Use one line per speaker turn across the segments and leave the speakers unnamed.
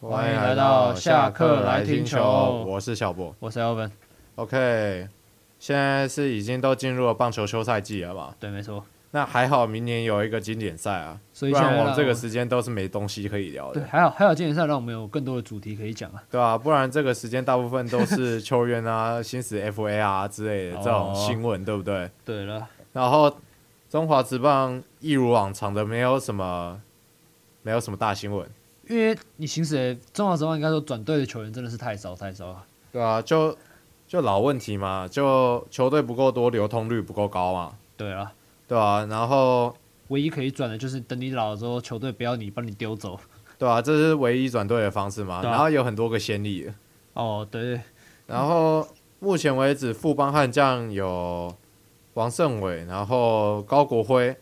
欢迎来到下课来听球
我是小博。
我是 Elvin，
OK，现在是已经都进入了棒球休赛季了嘛？
对，没错。
那还好，明年有一个经典赛啊，
所
不
以现在
然我们
让
这个时间都是没东西可以聊
对，
的，
还好还好，今年赛让我们有更多的主题可以讲啊。
对啊，不然这个时间大部分都是球员啊、 新死 FA 啊之类的这种
哦
新闻，对不对？
对了，
然后中华职棒一如往常的没有什么，没有什么大新闻，
因为你行使的中华职棒应该说转队的球员真的是太少太少了。
对啊，就就老问题嘛，就球队不够多，流通率不够高嘛，
对啊，
对啊，然后
唯一可以转的就是等你老了之后，球队不要你，把你丢走。
对啊，这是唯一转队的方式嘛，
对啊
然后有很多个先例了。
哦，对对，
然后目前为止，富邦悍将有王胜伟，然后高国辉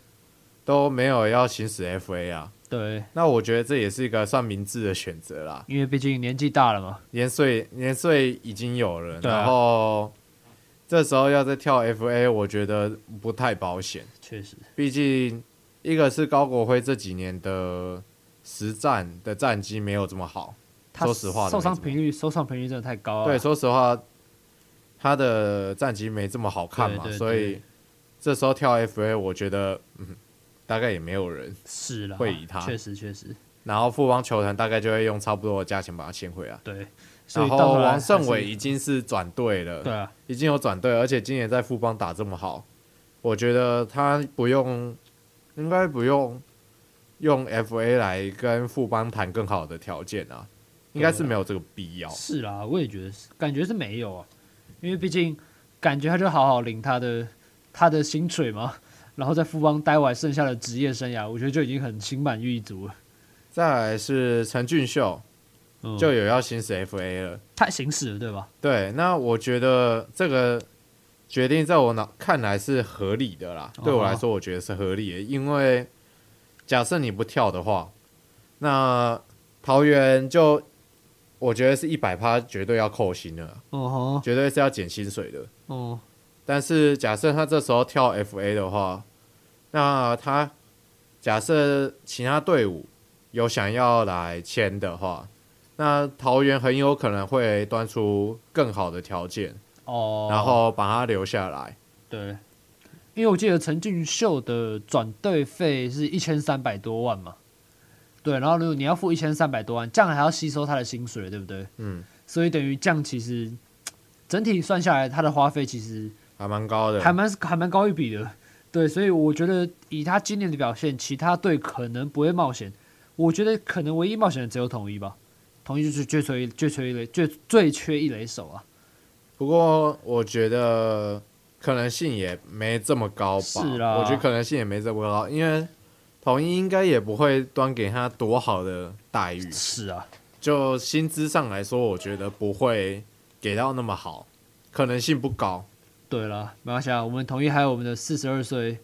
都没有要行使 FA 啊。
对，
那我觉得这也是一个算明智的选择啦，
因为毕竟年纪大了嘛。
年岁年岁已经有了，
对啊
然后这时候要再跳 FA，我觉得不太保险。
确实，
毕竟一个是高国辉这几年的实战的战绩没有这么好，
他
说实话的
受伤
没什么
频率受伤频率真的太高了。啊
对，说实话，他的战绩没这么好看嘛，
对对
所以
对
这时候跳 FA，我觉得嗯，大概也没有人。
是啦，
会以他
确实确实
然后富邦球团大概就会用差不多的价钱把他签回来。
对。所
然
以
后
到头来
王胜
还
伟
是
已经是转队
对
了，
啊，
已经有转队，而且今年在富邦打这么好，我觉得他不用，应该不用用 FA 来跟富邦谈更好的条件啊，应该是没有这个必要。
是啦，我也觉得是，感觉是没有啊，因为毕竟感觉他就好好领他的他的薪水嘛，然后在富邦待完剩下的职业生涯，我觉得就已经很心满意足了。
再来是陈俊秀
嗯
就有要行使 FA 了。
太行使了，对吧？
对，那我觉得这个决定在我脑看来是合理的啦。对我来说，我觉得是合理的，因为假设你不跳的话，那桃园就我觉得是一百趴绝对要扣薪的，
哦
绝对是要减薪水的。
吼，哦，
但是假设他这时候跳 FA 的话，那他假设其他队伍有想要来签的话，那桃园很有可能会端出更好的条件，
哦，
然后把他留下来。
对，因为我记得陈俊秀的转队费是一千三百多万嘛，对，然后如果你要付一千三百多万，这样还要吸收他的薪水，对不对？
嗯，
所以等于这样其实整体算下来，他的花费其实。
还蛮高的。
还蛮还蛮高一笔的。对，所以我觉得以他今年的表现，其他队可能不会冒险。我觉得可能唯一冒险的只有统一吧，统一就是最缺一最缺一垒最最缺一垒手啊。
不过我觉得可能性也没这么高吧。
是啦
我觉得可能性也没这么高，因为统一应该也不会端给他多好的待遇。
是啊，
就薪资上来说，我觉得不会给到那么好，可能性不高。
对了，没关系啊，我们统一还有我们的四十二岁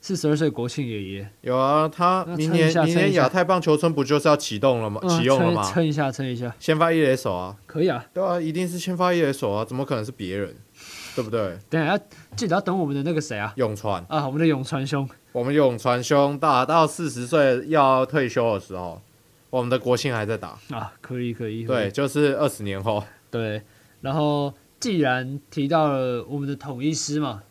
四十二岁国庆爷爷，
有啊，他
那
明
撑一
年
下
明
撑
年
一下嗯
亚太棒球村不就是要启动了吗？哦启用了
啊撑
吗？
撑一下撑一下，
先发一垒手啊，
可以啊。
对啊，一定是先发一垒手啊，怎么可能是别人？对不对？
等一下要记得要等我们的那个谁啊
永川，
啊，我们的永川兄，
我们永川兄打到四十岁要退休的时候，我们的国庆还在打，
啊，可以可以，可以
对，就是二十年后，
对，然后既然提到了我们的统一师嘛，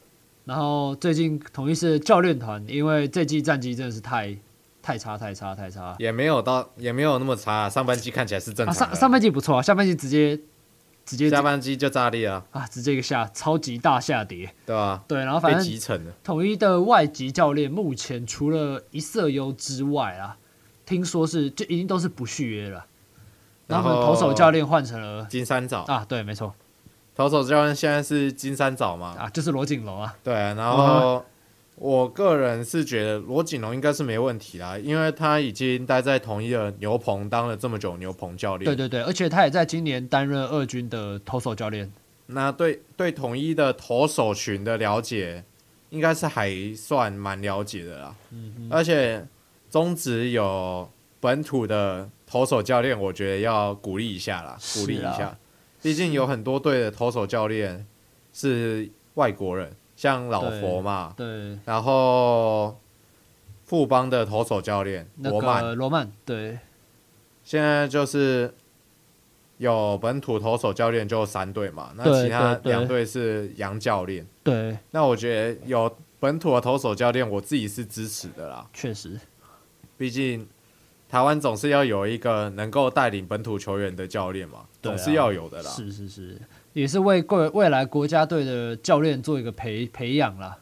然后最近统一师的教练团，因为这季战绩真的是太太差太差太差，
也没有到也没有那么差、上半季看起来是正
啊
常的，
上上半季不错啊，下半季直接直接
下半季就炸裂啊，
啊直接一个下超级大下跌，
对吧、
对，然后
被
反正
击沉了。
统一的外籍教练目前除了一色优之外啊，听说是就已经都是不续约了，然后我们
然后哦
投手教练换成了
金三角，
啊对没错
投手教练现在是金三角嘛？
啊就是罗景龙啊
对，然后我个人是觉得罗锦龙应该是没问题啦，因为他已经待在同一的牛棚当了这么久牛棚教练，
对对对，而且他也在今年担任二军的投手教练。
那对对统一的投手群的了解，应该是还算蛮了解的啦。
嗯
而且中职有本土的投手教练，我觉得要鼓励一下啦，
是啊
鼓励一下。毕竟有很多队的投手教练是外国人，像老佛嘛，
对，
然后富邦的投手教练
那
罗曼，
个罗曼，对，
现在就是有本土投手教练就三队嘛，那
对
其他
对对
两队是洋教练。
对，
那我觉得有本土的投手教练，我自己是支持的啦。
确实，
毕竟台湾总是要有一个能够带领本土球员的教练嘛，
对啊
总是要有的啦。
是是是，也是为未未来国家队的教练做一个培培养啦。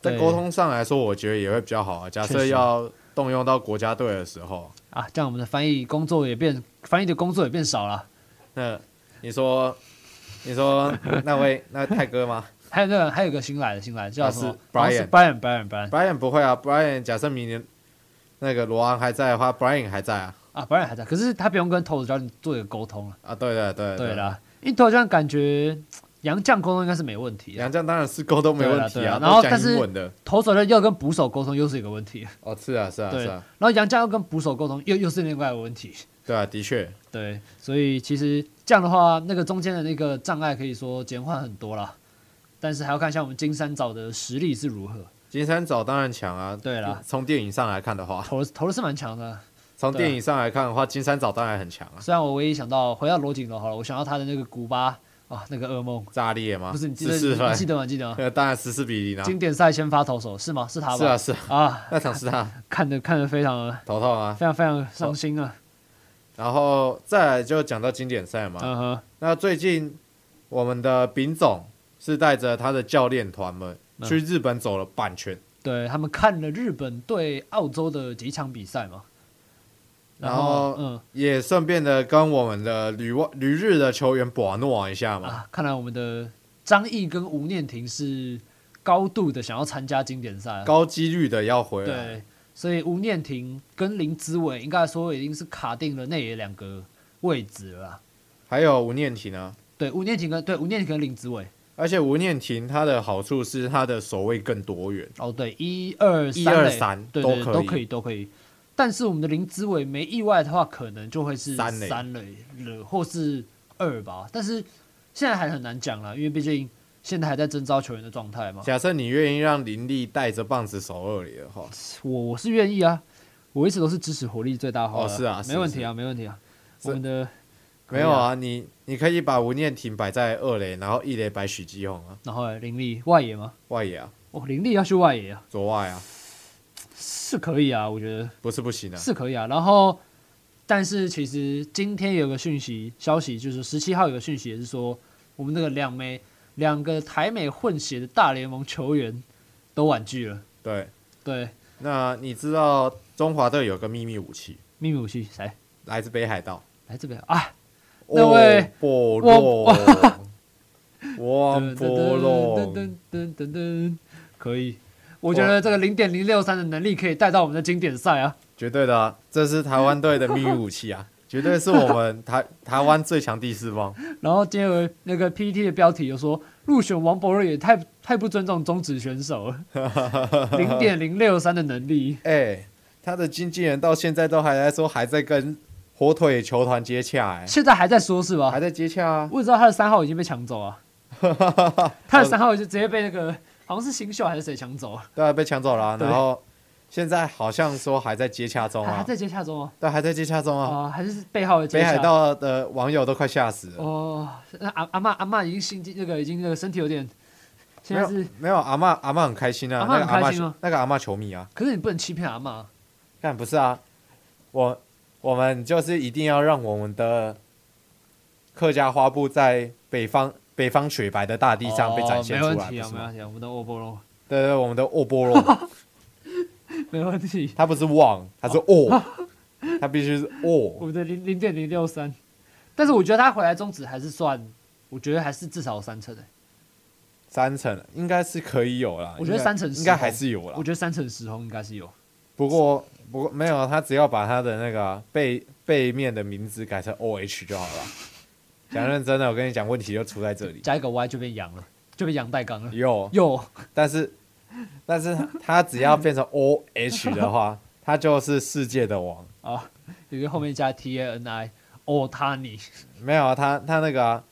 在
对
沟通上来说，我觉得也会比较好啊。假
确
设
实
要动用到国家队的时候，
啊，这样我们的翻译工作也变，翻译的工作也变少了。
那你说，你说那位 那位泰哥吗
还有那个，还有一个新来的，新来的叫什么哦
啊是
Brian Brian Brian
？Brian 不会啊，Brian 假设明年那个罗昂还在的话，Brian 还在啊。
啊，Brian 还在，可是他不用跟投手教练做一个沟通了。
啊，对的，对的
对，啦，因为投手教练感觉杨绛沟通应该是没问题啊，
杨绛当然是沟通没问题
对啦对啦
啊，
然后
都
但
讲
是
英文的。
投手教练要跟捕手沟通又是一个问题，
哦，是啊，是啊，
对，
是
然
啊，
后杨绛要跟捕手沟通又又是另外一个问题，
对啊，的确，
对，所以其实这样的话，那个中间的那个障碍可以说减缓很多啦。但是还要看一下我们金三找的实力是如何，
金山早当然强啊。
对啦啊
从电影上来看的话，
投的投的是蛮强的。
从
对啊
电影上来看的话，金山早当然很强啊。
虽然我唯一想到回到罗锦龙好了，我想到他的那个古巴啊，那个噩梦，
炸裂吗？
不是你记得
十四
你记
分，
得吗？记得吗？
呃，当然十四比零啊。
经典赛先发投手是吗？是他吧？
是啊，是啊，
啊
那场是他
看的看的非常
头痛啊。
非常非常伤心啊！
然后再来就讲到经典赛嘛，
嗯哼，
那最近我们的丙总是带着他的教练团们
嗯
去日本走了半圈，
对他们看了日本对澳洲的几场比赛嘛，然后
然后
嗯
也顺便的跟我们的旅外旅日的球员把诺一下嘛。
啊，看来我们的张毅跟吴念婷是高度的想要参加经典赛啊，
高几率的要回来，
对，所以吴念婷跟林子伟应该说已经是卡定了内野两个位置了啦。
还有吴念婷啊，
对，吴念婷跟对吴念婷跟林子伟，
而且吴念婷她的好处是她的守卫更多元，
哦，对，一二三
一二
类
三
对
都
对
可
都
以
可以，都可以。但是我们的林子伟没意外的话，可能就会是
三垒
三垒了，或是二吧。但是现在还很难讲啦，因为毕竟现在还在征召球员的状态嘛。
假设你愿意让林立带着棒子守二垒的话，
我我是愿意啊，我一直都是支持火力最大化
哦
的
是啊是
没问题啊，没问题啊。我们的可以
没有啊，你你可以把吴念婷摆在二垒，然后一垒摆许基宏啊，
然后欸林立外野吗？
外野啊，
哦，林立要去外野啊，
左外啊，
是可以啊，我觉得
不是不行啊。
是可以啊。然后，但是其实今天有个讯息消息，就是十七号有个讯息，也是说我们那个两枚两个台美混血的大联盟球员都婉拒了。
对，
对，
那你知道中华队有个秘密武器，
秘密武器谁
来自北海道。
来这边啊？那位
波洛，汪 波
噔噔
洛，
噔噔噔噔，可以。我觉得这个零点零六三的能力可以带到我们的经典赛啊！
绝对的啊，这是台湾队的秘密武器啊，绝对是我们台台湾最强第四方。
然后接着那个 PPT 的标题就说入选王博瑞也太太不尊重中职选手了，零点零六三的能力，
哎、他的经纪人到现在都还在说，还在跟火腿球团接洽、哎，
现在还在说是吧？
还在接洽啊。
我只知道他的三号已经被抢走啊，他的三号就直接被那个好像是新秀还是谁抢走啊？
对啊，被抢走了啊、
对
然后现在好像说还在接洽中
他还
啊，
在接洽中哦，
对，还在接洽中啊。
啊，还是背号的接
北
洽。
海道的网友都快吓死了。
哦，那阿阿妈阿妈已经心肌那个已经那个身体有点，现
没
在
有
是，
没有阿嬷阿嬷很开心啊
阿，嬷
那个
很开
阿嬷
心
球
吗
那个阿嬷球迷啊，
可是你不能欺骗阿妈，
但不是啊，我我们就是一定要让我们的客家花布在北方北方雪白的大地上被展现出
哦没
来，
问题
不
啊，
是
没
吗
问题啊，我们的欧波罗
对对，我们的哦波罗，
没问题，
它不是旺，它是哦，它必须是
我
哦，
们的零零点零六三，但是我觉得他回来中止还是算，我觉得还是至少有三成欸的、
三成应该是可以有啦。
我觉得
应该
三成是哦
应该还是有啦
我。觉得三成十红应该是有，
不过不过没有啊，他只要把他的那个啊背背面的名字改成 O H 就好了。讲认真的，我跟你讲，问题就出在这里。
加一个 Y 就变羊了，就变羊带刚了，
有，
有
但是但是他只要变成 O H 的 话，他就是世界的王。
啊，有个后面加 T A N I，哦，他你
没有啊，他他那个、啊，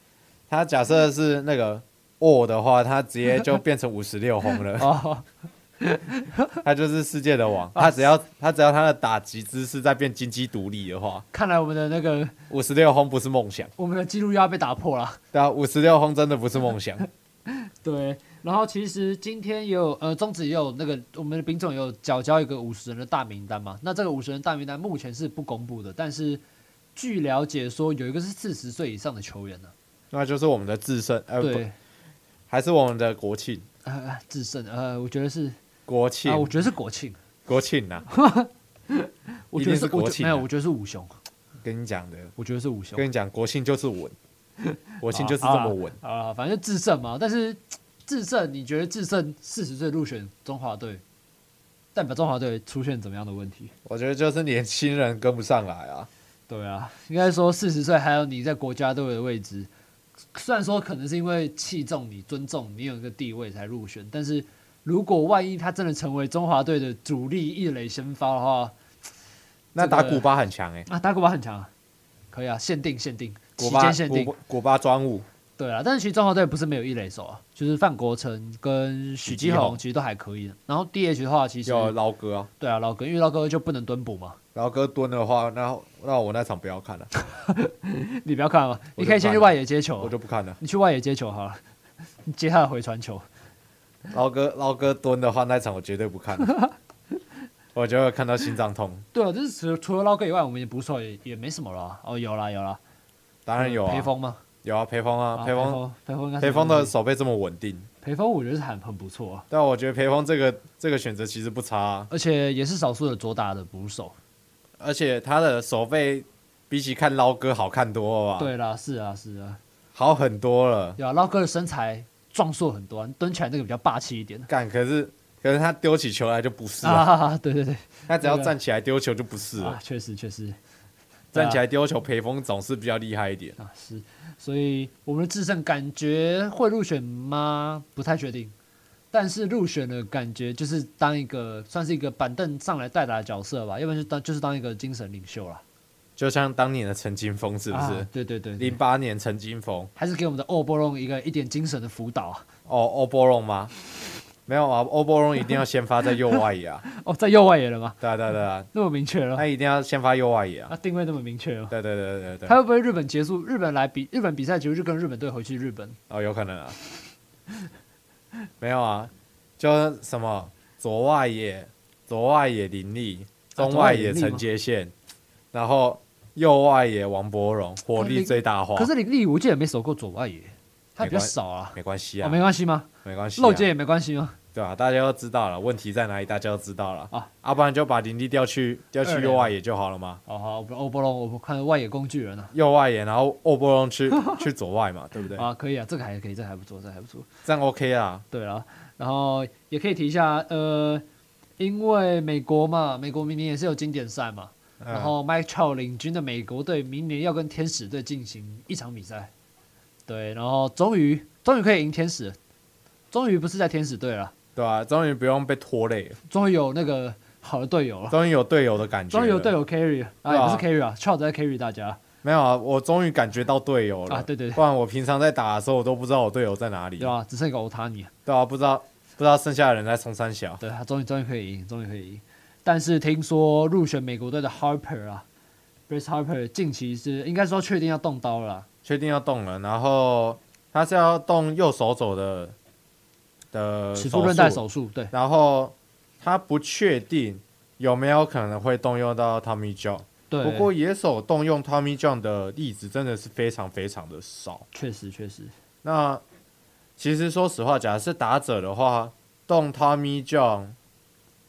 他假设是那个 O 的话，他直接就变成五十六轰了。
哦，
他就是世界的王。他只要他只要他的打击姿势在变金鸡独立的话，
看来我们的那个
五十六轰不是梦想，
我们的记录又要被打破了。
对啊，五十六轰真的不是梦 想。
对，然后其实今天也有呃，中指也有那个我们的丙总也有缴交一个五十人的大名单嘛。那这个五十人大名单目前是不公布的，但是据了解说有一个是四十岁以上的球员呢、啊
那就是我们的制胜，呃，不
对，
还是我们的国庆，
呃，智胜，呃，我觉得是
国庆，
啊，我觉得是国庆，
国庆啊呐、
我觉得
一定是
我
国
觉
庆
没
啊
有，我觉得是五雄，
跟你讲的，
我觉得是五雄。
跟你讲，国庆就是稳，国庆就是这么稳。
好了，啊反正就制胜嘛。但是制胜，你觉得制胜四十岁入选中华队，代表中华队出现怎么样的问题？
我觉得就是年轻人跟不上来啊，
对啊，应该说四十岁还有你在国家队的位置，虽然说可能是因为器重你、尊重你有一个地位才入选，但是如果万一他真的成为中华队的主力一垒先发的话，
那打古巴很强哎、
啊，打古巴很强啊，可以啊，限定限定，期
古巴
间限定
古，古巴专务，
对啊，但是其实中华队不是没有一垒手啊，就是范国成跟许基
许基
宏
宏
其实都还可以的。然后 DH 的话，其实
有捞哥啊，
对啊，老哥，因为老哥就不能蹲捕 嘛，
捞哥蹲的话，那那我那场不要看了，
你不要看了，
啊我就
你可以先去外野接球
我
啊，
就不看了。
你去外野接球好了，你接他的回传球。
捞哥捞哥蹲的话，那场我绝对不 看了，我就会看到心脏痛。
对啊，就是除除了老哥以外，我们也捕手也也没什么了啊。哦，有啦有啦，
当然有
裴
啊，
峰吗？
有啊，裴峰啊，裴峰
峰，裴峰应该是
裴峰的手背这么稳定，
裴峰，我觉得是很很不错啊，
但我觉得裴峰这个这个选择其实不差啊、
而且也是少数的左打的捕手。
而且他的手背比起看捞哥好看多了吧？，
对啦，是啊是啊，
好很多了。
对啊，老哥的身材壮硕很多啊，蹲起来那个比较霸气一点
干，可是可是他丢起球来就不是了，
啊。对对对，
他只要
对啊
站起来丢球就不是
啊
了，，
确实确实对啊
站起来丢球，裴峰总是比较厉害一点。
啊是，所以我们的智胜感觉会入选吗？不太确定，但是入选的感觉就是当一个算是一个板凳上来代打的角色吧，要不然就当就是当一个精神领袖啦，
就像当年的陈金峰是不是
啊？对对对对
零八年陈金峰，
还是给我们的欧波隆一个一点精神的辅导啊
哦，欧波隆吗？没有啊，欧波隆一定要先发在右外野啊。
哦，在右外野了吗？
对啊对啊对啊，
那么明确了
他，一定要先发右外野啊
啊。定位那么明确了，
对对对对对
他
对，
会不会日本结束日本来比日本比赛结束就跟日本队回去日本？
哦，有可能啊。 没有啊，就是什么左外野，左外野林立，
啊
中外野陈杰宪，然后右外野王柏荣，火力最大化。
哦可是林立我记得也没守过左外野，他比
没
较
关
少啊，
没关系
哦
啊，
没关系吗？
没关系、啊，
漏接也没关系吗？
对啊，大家都知道了，问题在哪里，大家都知道了
啊
啊，要、不然就把林立调去调
二
去
垒
右
啊
外野就好了嘛，
哦好，我不欧波隆，我不看外野工具人啊。
右外野，然后欧波隆 去去左外嘛，对不对？
啊，可以啊，这个还可以，这个还不错，这个还不错。
这样 OK 啊，
对啊，然后也可以提一下，呃，因为美国嘛，美国明年也是有经典赛嘛，
嗯
然后 Mike Trout 领军的美国队明年要跟天使队进行一场比赛，对，然后终于终于可以赢天使了，终于不是在天使队了，
对啊，终于不用被拖累了，
终于有那个好的队友了，
终于有队友的感觉，
啊终于有队，友 carry 了啊，
对
也
啊
不是 carry 啊，Trout 在 carry 大家
没有啊，我终于感觉到队友了
啊，对对对，
不然我平常在打的时候，我都不知道我队友在哪里，
对啊吧？只剩一个欧塔尼。
对啊，不知道不知道剩下的人在冲三小，
对他终于终于可以赢，终于可以赢。但是听说入选美国队的 Harper 啊，Bryce Harper 近期是应该说确定要动刀了啊
确定要动了，然后他是要动右手肘的的
尺
手
度韧带
术
手术。对，
然后他不确定有没有可能会动用到 Tommy John。
对，
不过野手动用 Tommy John 的例子真的是非常非常的少。
确实确实，
那其实说实话，假设打者的话，动 Tommy John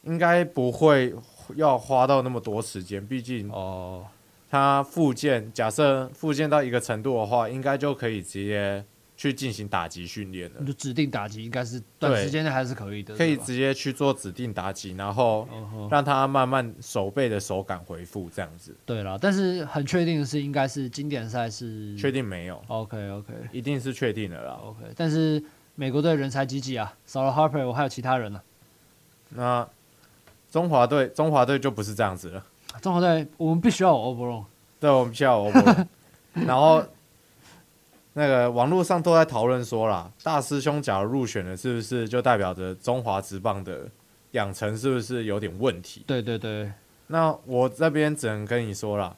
应该不会要花到那么多时间，毕竟
哦，
他复健，假设复健到一个程度的话，应该就可以直接去进行打击训练了
你，就指定打击应该是短
对
时间内还是可以的，
可以
嗯对吧
直接去做指定打击，然后
哦吼，
让他慢慢手背的手感恢复，这样子
对了，但是很确定的是，应该是经典赛是
确定没有？
OK OK
一定是确定的啦。
OK，但是美国队人才济济啊，少了 Harper，我还有其他人呢、
那中华队，中华队就不是这样子了。
中华队我们必须要有 o b e r o n
对，我们下 午然后那个网络上都在讨论说啦，大师兄假如入选了，是不是就代表着中华职棒的养成是不是有点问题？
对对对，
那我这边只能跟你说了，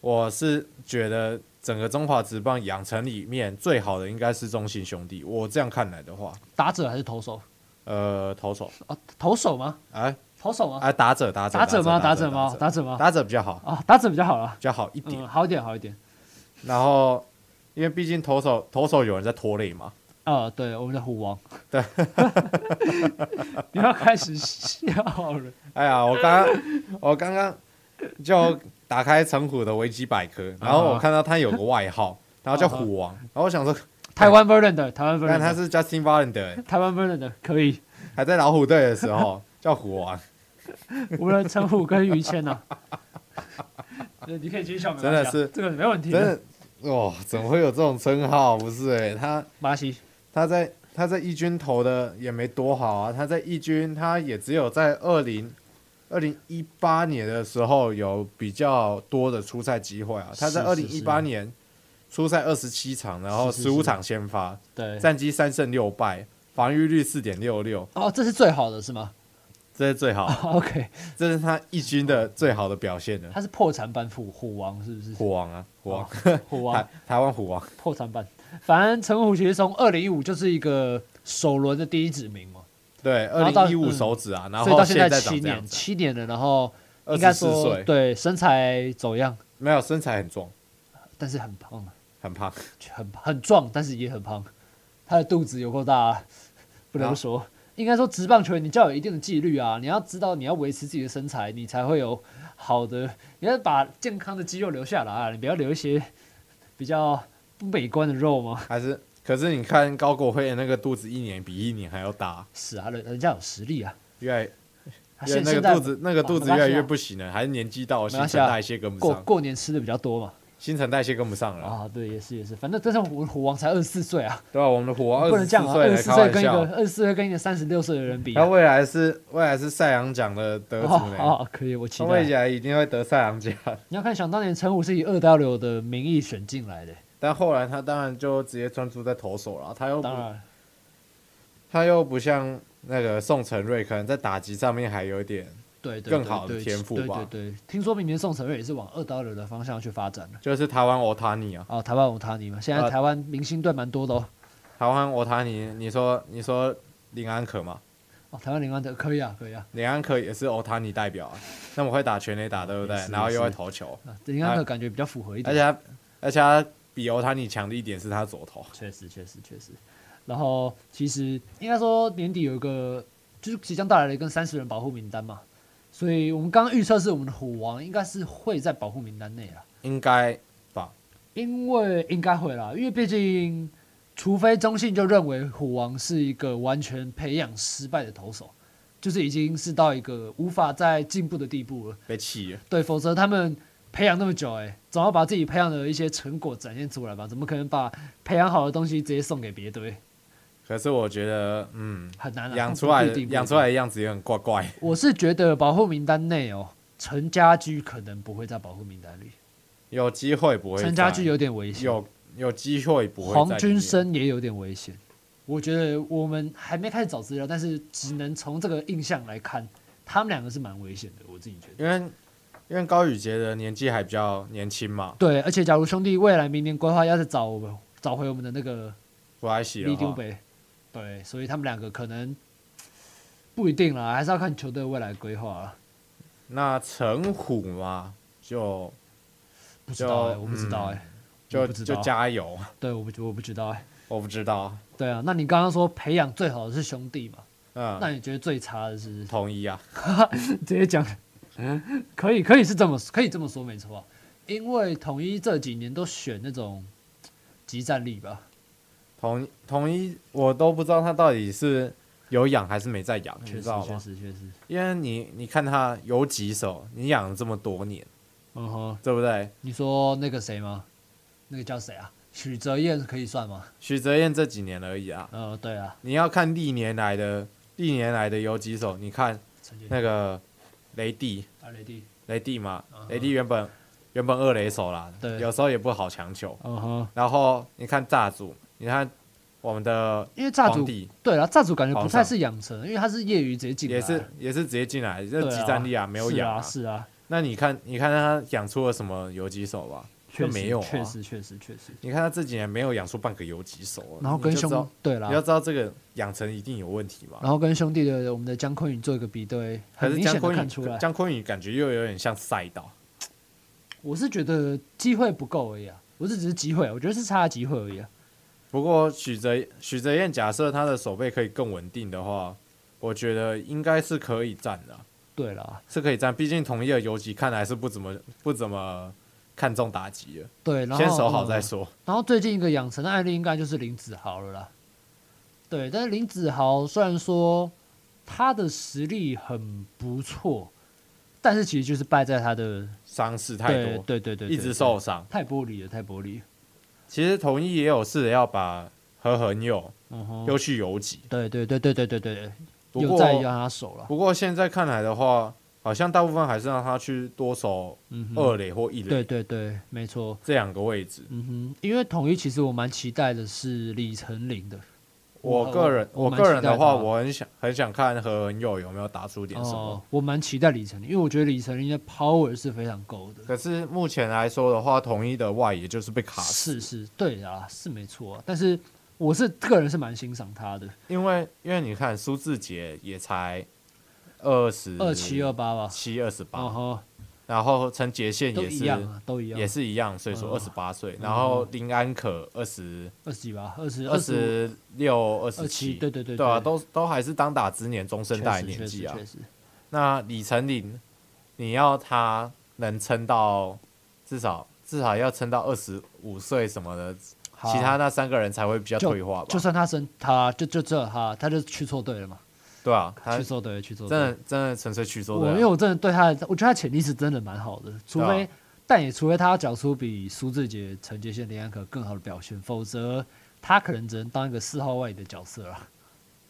我是觉得整个中华职棒养成里面最好的应该是中信兄弟。我这样看来的话，
打者还是投手？
呃，投手，
哦，投手吗？
哎
投手吗？
哎，打者打者
打者吗？打
打
者吗？打
打
者吗？
打者比较好，
啊，打者比较好啦
比，较好一点。
嗯，好一点，好一点。
然后，因为毕竟投手投手有人在拖累嘛，
啊，对，我们的虎 王。对， 你要开始笑了。
哎呀，我刚刚我刚刚就打开陈虎的维基百科，然后我看到他有个外号，然后叫虎王，然后我想说，
台湾 Verlander，台湾
但他
Verlander，
是 Justin Verlander，
台湾 Verlander 可以。
还在老虎队的时候叫虎王，
无人称呼跟于谦啊呐、 对你可以继续笑，没关系啊
真的是
这个没问题
真的哦，怎么会有这种称号？不是哎、他
巴西
他在他在一军投的也没多好啊，他在一军他也只有在二零。二零一八年的时候有比较多的出赛机会啊，他在二
是
零
是是
一八年出赛二十七场，然后
是
十
是
五
是
场先发，
对，
战绩三胜六败，防御率四点六六，
哦，这是最好的是吗
这是最好，
？OK，
这是他一军的最好的表现了。
他是破产版虎虎王是不是？
虎王啊，虎王，
哦虎
台
王
台湾虎王，
破产版，反正陈虎其实从二零一五就是一个首轮的第一指名嘛，
对，
然
二
后到
零
嗯
一五手指啊，然
所以
后
到在
在
七
长这样
年，
子啊，
七年了，然后
二
应该
十四
说
岁，
对身材走样，
没有身材很壮，
但是很胖啊，
很胖，
很很壮，但是也很胖，他的肚子有够大、啊， 不得
啊
不说。应该说，职棒球员你就要有一定的纪律啊！你要知道，你要维持自己的身材，你才会有好的。你要把健康的肌肉留下来啊，你不要留一些比较不美观的肉嘛。
还是可是你看高国辉的那个肚子一年比一年还要大，
是啊，人人家有实力啊。
越来
他
越
啊现
那
现
个
在哦
肚子那个肚子越来越不行了，还是年纪到了，
没
新
关系
陈
啊
代谢跟不
过
上，
过年吃的比较多嘛。
新陈代谢跟不上了，
啊，对，也是也是，反正但是我们虎王才二十四岁啊，
对吧？我们的虎王
不
二
能
十
这样
四
啊。
岁
二
来
十四
开
岁
玩
跟一
笑
个，二十四岁跟一个三十六岁的人比啊、
他未来是未来是赛扬奖的得主
哦
呢，
哦，可以，我期
他未
待。
来啊一定会得赛扬奖，
你要看，想当年陈武是以二 W 的名义选进来的，
但后来他当然就直接专注在投手了，他又不
当然
他又不像那个宋承瑞，可能在打击上面还有一点，
对对
更好的
对对
天赋
对
吧
对对，听说明年宋承瑞也是往二 W 的方向去发展了。
就是台湾欧塔尼啊，
哦，台湾有塔尼嘛，现在
呃
台湾明星队蛮多的哦。
台湾欧塔尼，你说你说林安可嘛，
哦，台湾林安德可以啊，可以啊，
林安可也是欧塔尼代表啊，那么会打全垒打对不对
也是？
然后
也
又会
是
投球，
啊林安德感觉比较符合一
而
点
且。他而且他比欧塔尼强的一点是他左投，
确实，确实，确实。然后其实应该说年底有一个就是即将到来的一个三十人保护名单嘛，所以我们刚刚预测是我们的虎王应该是会在保护名单内啦，
应该吧？
因为应该会啦，因为毕竟除非中信就认为虎王是一个完全培养失败的投手，就是已经是到一个无法再进步的地步了，
被气了，
对，否则他们培养那么久、欸，哎，总要把自己培养的一些成果展现出来吧，怎么可能把培养好的东西直接送给别队？
可是我觉得嗯。
很难啊
养出来
不
的
一定
养出来。的样子也很怪怪。
不一定我是觉得保护名单内哦，陈家驹可能不会在保护名单里，
有机会不会在？
陈家驹有点危险，
有有机会不会在里面？
黄君生也有点危险。我觉得我们还没开始找资料，但是只能从这个印象来看，他们两个是蛮危险的，我自己觉得。
因为因为高宇杰的年纪还比较年轻嘛，
对，而且假如兄弟未来明年规划要是找我们找回我们的那个
不爱惜
利
了
丢
哈。
北，对，所以他们两个可能不一定啦，还是要看球队未来规划啊啦。
那陈虎嘛，就
不知道哎、
就
我不知道哎、
就
我不知道
就加油，
对，我不我不知道哎、
我不知道，
对啊，那你刚刚说培养最好的是兄弟嘛？那
嗯，
你觉得最差的是？
同意啊，
直接讲，
嗯
可以可以是这么可以这么说没错啊、因为统一这几年都选那种集战力吧，
同同意，我都不知道他到底是有养还是没在养，你
确
知
实
道
确
吗？
实确实，
因为你你看他有几手，你养了这么多年，
嗯哼，
对不对？
你说那个谁吗？那个叫谁啊？许哲彦可以算吗？
许哲彦这几年而已啊，
呃，对啊，
你要看历年来的历年来的有几手，你看
陈杰
那个雷帝，
阿雷蒂，
雷帝嘛
嗯，
雷帝原本原本二垒手啦，
对
有时候也不好强求。
嗯哼，
然后你看炸主，你看我们的
因为炸
皇
主
帝
对了，炸主感觉
皇
不太
上
是养成，因为他是业余直接进来，啊
也是也是直接进来，这
对啊
集战力啊没有
是
养
啊，是啊，
那你看你看他养出了什么游击手吧？
确
就
实
没有啊
确实确实确实。
你看他这几年没有养出半个游击手啊，
然后跟
你就知道
兄啊对啦
你，要知道这个养成一定有问题嘛。
然后跟兄弟的我们的姜昆宇做一个比对，
可
很
是
明
姜
显的
昆
看出来
宇，，姜昆宇感觉又有点像赛道，
我是觉得机会不够而已啊，我是只是机会，我觉得是差机会而已啊。
不过许哲许哲彦假设他的手背可以更稳定的话，我觉得应该是可以站的，啊
对啦，
是可以站。毕竟同业的游击看来是不怎么不怎么看重打击的，
对，然后
先守好再
嗯
说。
然后最近一个养成的案例应该就是林子豪了啦。对，但是林子豪虽然说他的实力很不错，但是其实就是败在他的
伤势太
对
多，
对对对，
一
对
直受，伤。
太玻璃了，太玻璃了。
其实同意也有试着要把何恒佑
嗯
又
哼，
去游击，
对对对对对对对对，
不
有在
过
让他守了。
不过现在看来的话，好像大部分还是让他去多守
嗯哼，
二垒或一
对
垒
对对，没错。
这两个位置。
嗯哼，因为统一其实我蛮期待的是李成林的。
我个人，
我
我
蛮
个人
期待
的话，
他
我很想很想看何恩佑有没有打出点什么
哦。，我蛮期待李成林，因为我觉得李成林的 power 是非常够的。
可是目前来说的话，统一的外野就是被卡死，
是是，对啊，是没错啊、但是我是个人是蛮欣赏他的，
因为因为你看苏志杰也才二十
二七二八吧，
七二十
然
八，
后
然后陈杰宪
都
也
一
是
样啊，都一样，
也是一样，所以说
嗯
二十八岁，然后林安可二十
二十几吧，二十
二
十
十六二十
二七，
七，
对对对
对啊，都都还是当打之年、中生代的年纪啊
确。实确实
那李成林，你要他能撑到至少至少要撑到二十五岁什么的，
好
其他那三个人才会比较
就
退化吧
就？算他生他就就这他他就去错队了嘛，
对啊，他
去
真
错队了去错队了。
的真的纯粹去说
我因为
的啊，
我真的对他的，我觉得他潜力是真的蛮好的，除
对啊
非、但也除非他要缴出比苏志杰、陈杰宪、林安可更好的表现，否则他可能只能当一个四号外野的角色了。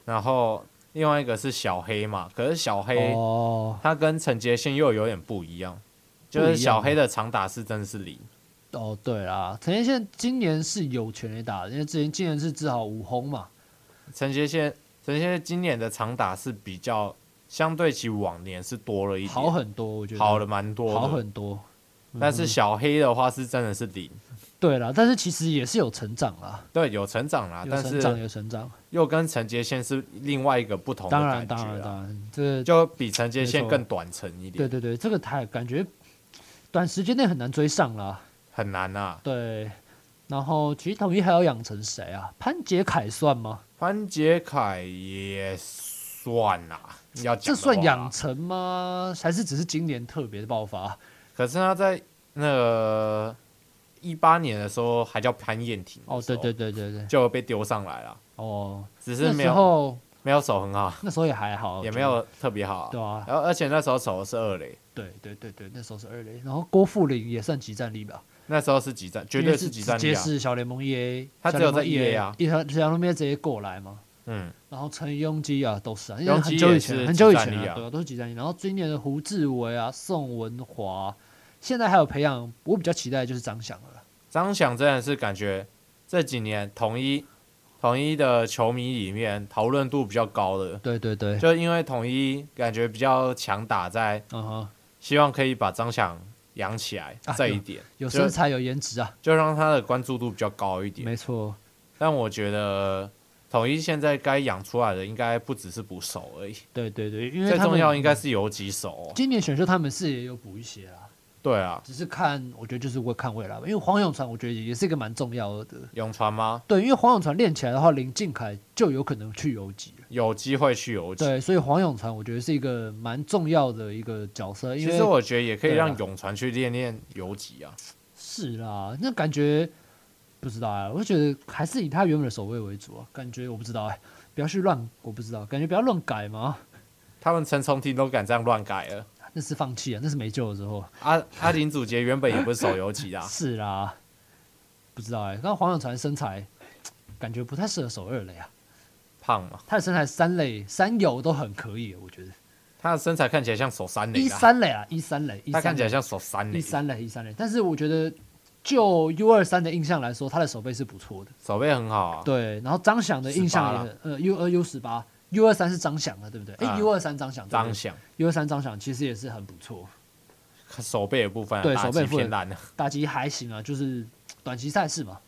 然后另外一个是小黑嘛，可是小黑
哦
他跟陈杰宪又有点不一样，就是小黑的长打是真的是零，
哦，对啦，陈杰宪今年是有权利打的，因为之前今年是至少五轰嘛，
陈杰宪陈杰宪今年的长打是比较相对其往年是多了一点，
好很多，我觉得
好了蛮多的，
好很多。嗯
但是小黑的话是真的是零，
对啦，但是其实也是有成长啦，
对，有成长啦，
有
啊但
成长
是
有成长，
又跟陈杰宪是另外一个不同的
当然
感觉
当然
啊，
当然，这
就比陈杰
没
宪
错
更短程一
对
点，
对对，这个太感觉短时间内很难追上啦。
很难啊。
对，然后其实统一还要养成谁啊？潘杰凯算吗？
潘杰凯也算啦，要讲
这
的
算
话
养成吗？还是只是今年特别的爆发？
可是他在那个一八年的时候还叫潘燕婷的
哦，
时
对
候
对对对对，
就被丢上来了，
哦，
只是
那
没
时
有
候
没有手很好，
那时候也还好，
也
我觉
没
得
有特别好啊、
对啊，
然后而且那时候守的是二垒，
对对对对，那时候是二垒，然后郭富林也算集战力吧，
那时候是几战，绝
因
对
为
是
是
几
直
战力
接
啊。
是小联盟 EA，
他
小
只有
联盟
在
EA
EA 啊
一条小联盟 EA 直接过来嘛。
嗯，
然后陈庸基啊，都是啊，因为
庸
很
基
久
也
以前，
是
很久以
集战
前
力
啊，
啊
对啊，都是集战力。然后今年的胡志伟啊、宋文华，现在还有培养，我比较期待的就是张翔了啦。
张翔真的是感觉这几年统一统一的球迷里面讨论度比较高的，
对对对，
就因为统一感觉比较强打在，
嗯哼，
希望可以把张翔养起来
啊
这一点，
有
就
身材有颜值啊，
就让他的关注度比较高一点。
没错，
但我觉得统一现在该养出来的应该不只是捕手而已，
对对对，因为
最
他们
重
嗯
要应该是游击手哦、
今年选秀他们是也有补一些啦，
对啊，
只是看我觉得就是会看未来吧，因为黄永传我觉得也是一个蛮重要的。
永传吗？
对，因为黄永传练起来的话，林敬凯就有可能去游击了。
有机会去游击。
对，所以黄永传我觉得是一个蛮重要的一个角色，因
其
为
实我觉得也可以
对啊
让永传去练练游击啊。
是啦，那感觉不知道啊，我就觉得还是以他原本的守卫为主啊，感觉我不知道哎、不要去乱，我不知道，感觉不要乱改嘛，
他们陈重庭都敢这样乱改了。
那是放弃啊，那是没救了之后。
阿阿林祖杰原本也不是手游级的啊、
是啦，不知道哎、那黄永传身材感觉不太适合守二垒啊，
胖嘛，
他的身材三垒三游都很可以，我觉得
他的身材看起来像手三垒
一
的啊，
三垒啊，一三垒，一
他看
三
起来
垒，
像手三垒
一
的，
三垒，一三垒，但是我觉得就 U 二三的印象来说，他的手背是不错的。
手背很好啊。
对，然后张翔的印象也
18
很，呃，U 二 U 十八，U 二三是张翔的，对不对？哎
啊
，U 二三张翔，
张翔
，U 二三张翔其实也是很不错，
手背的部分啊，
对
打
手背
击
部分
偏烂啊。
打击还行啊，就是短期赛事嘛。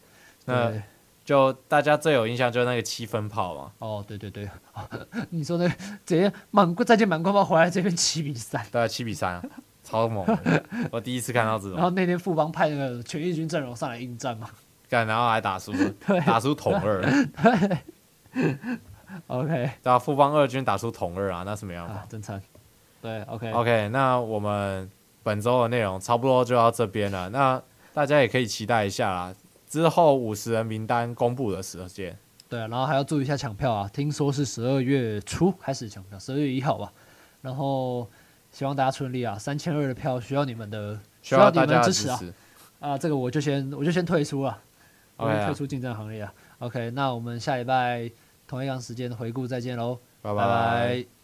那
对，
就大家最有印象就是那个七分炮嘛。
哦，对对对， 你说那个直接满再见满贯炮回来这边七比三，
对啊，七比三、啊，超猛的！ 我第一次看到这
然后
种，
那天富邦派那个全义军阵容上来应战嘛。
干，然后还 打输，打输统二，对
OK
啊，富邦二军打输统二啊，那是没办法
啊，。真惨。对，OK，
OK，那我们本周的内容差不多就到这边了，那大家也可以期待一下啦。之后五十人名单公布的时间，
对啊，然后还要注意一下抢票啊，听说是十二月初开始抢票，十二月一号吧。然后希望大家顺利啊，三千二的票需要你们的，需
需要
你
大
们
家
的
的
支
支
持啊啊！这个我就先我就先退出了，我
OK
就
啊
退出竞争行列啊。OK，那我们下礼拜同一样时间回顾再见喽，
拜
拜拜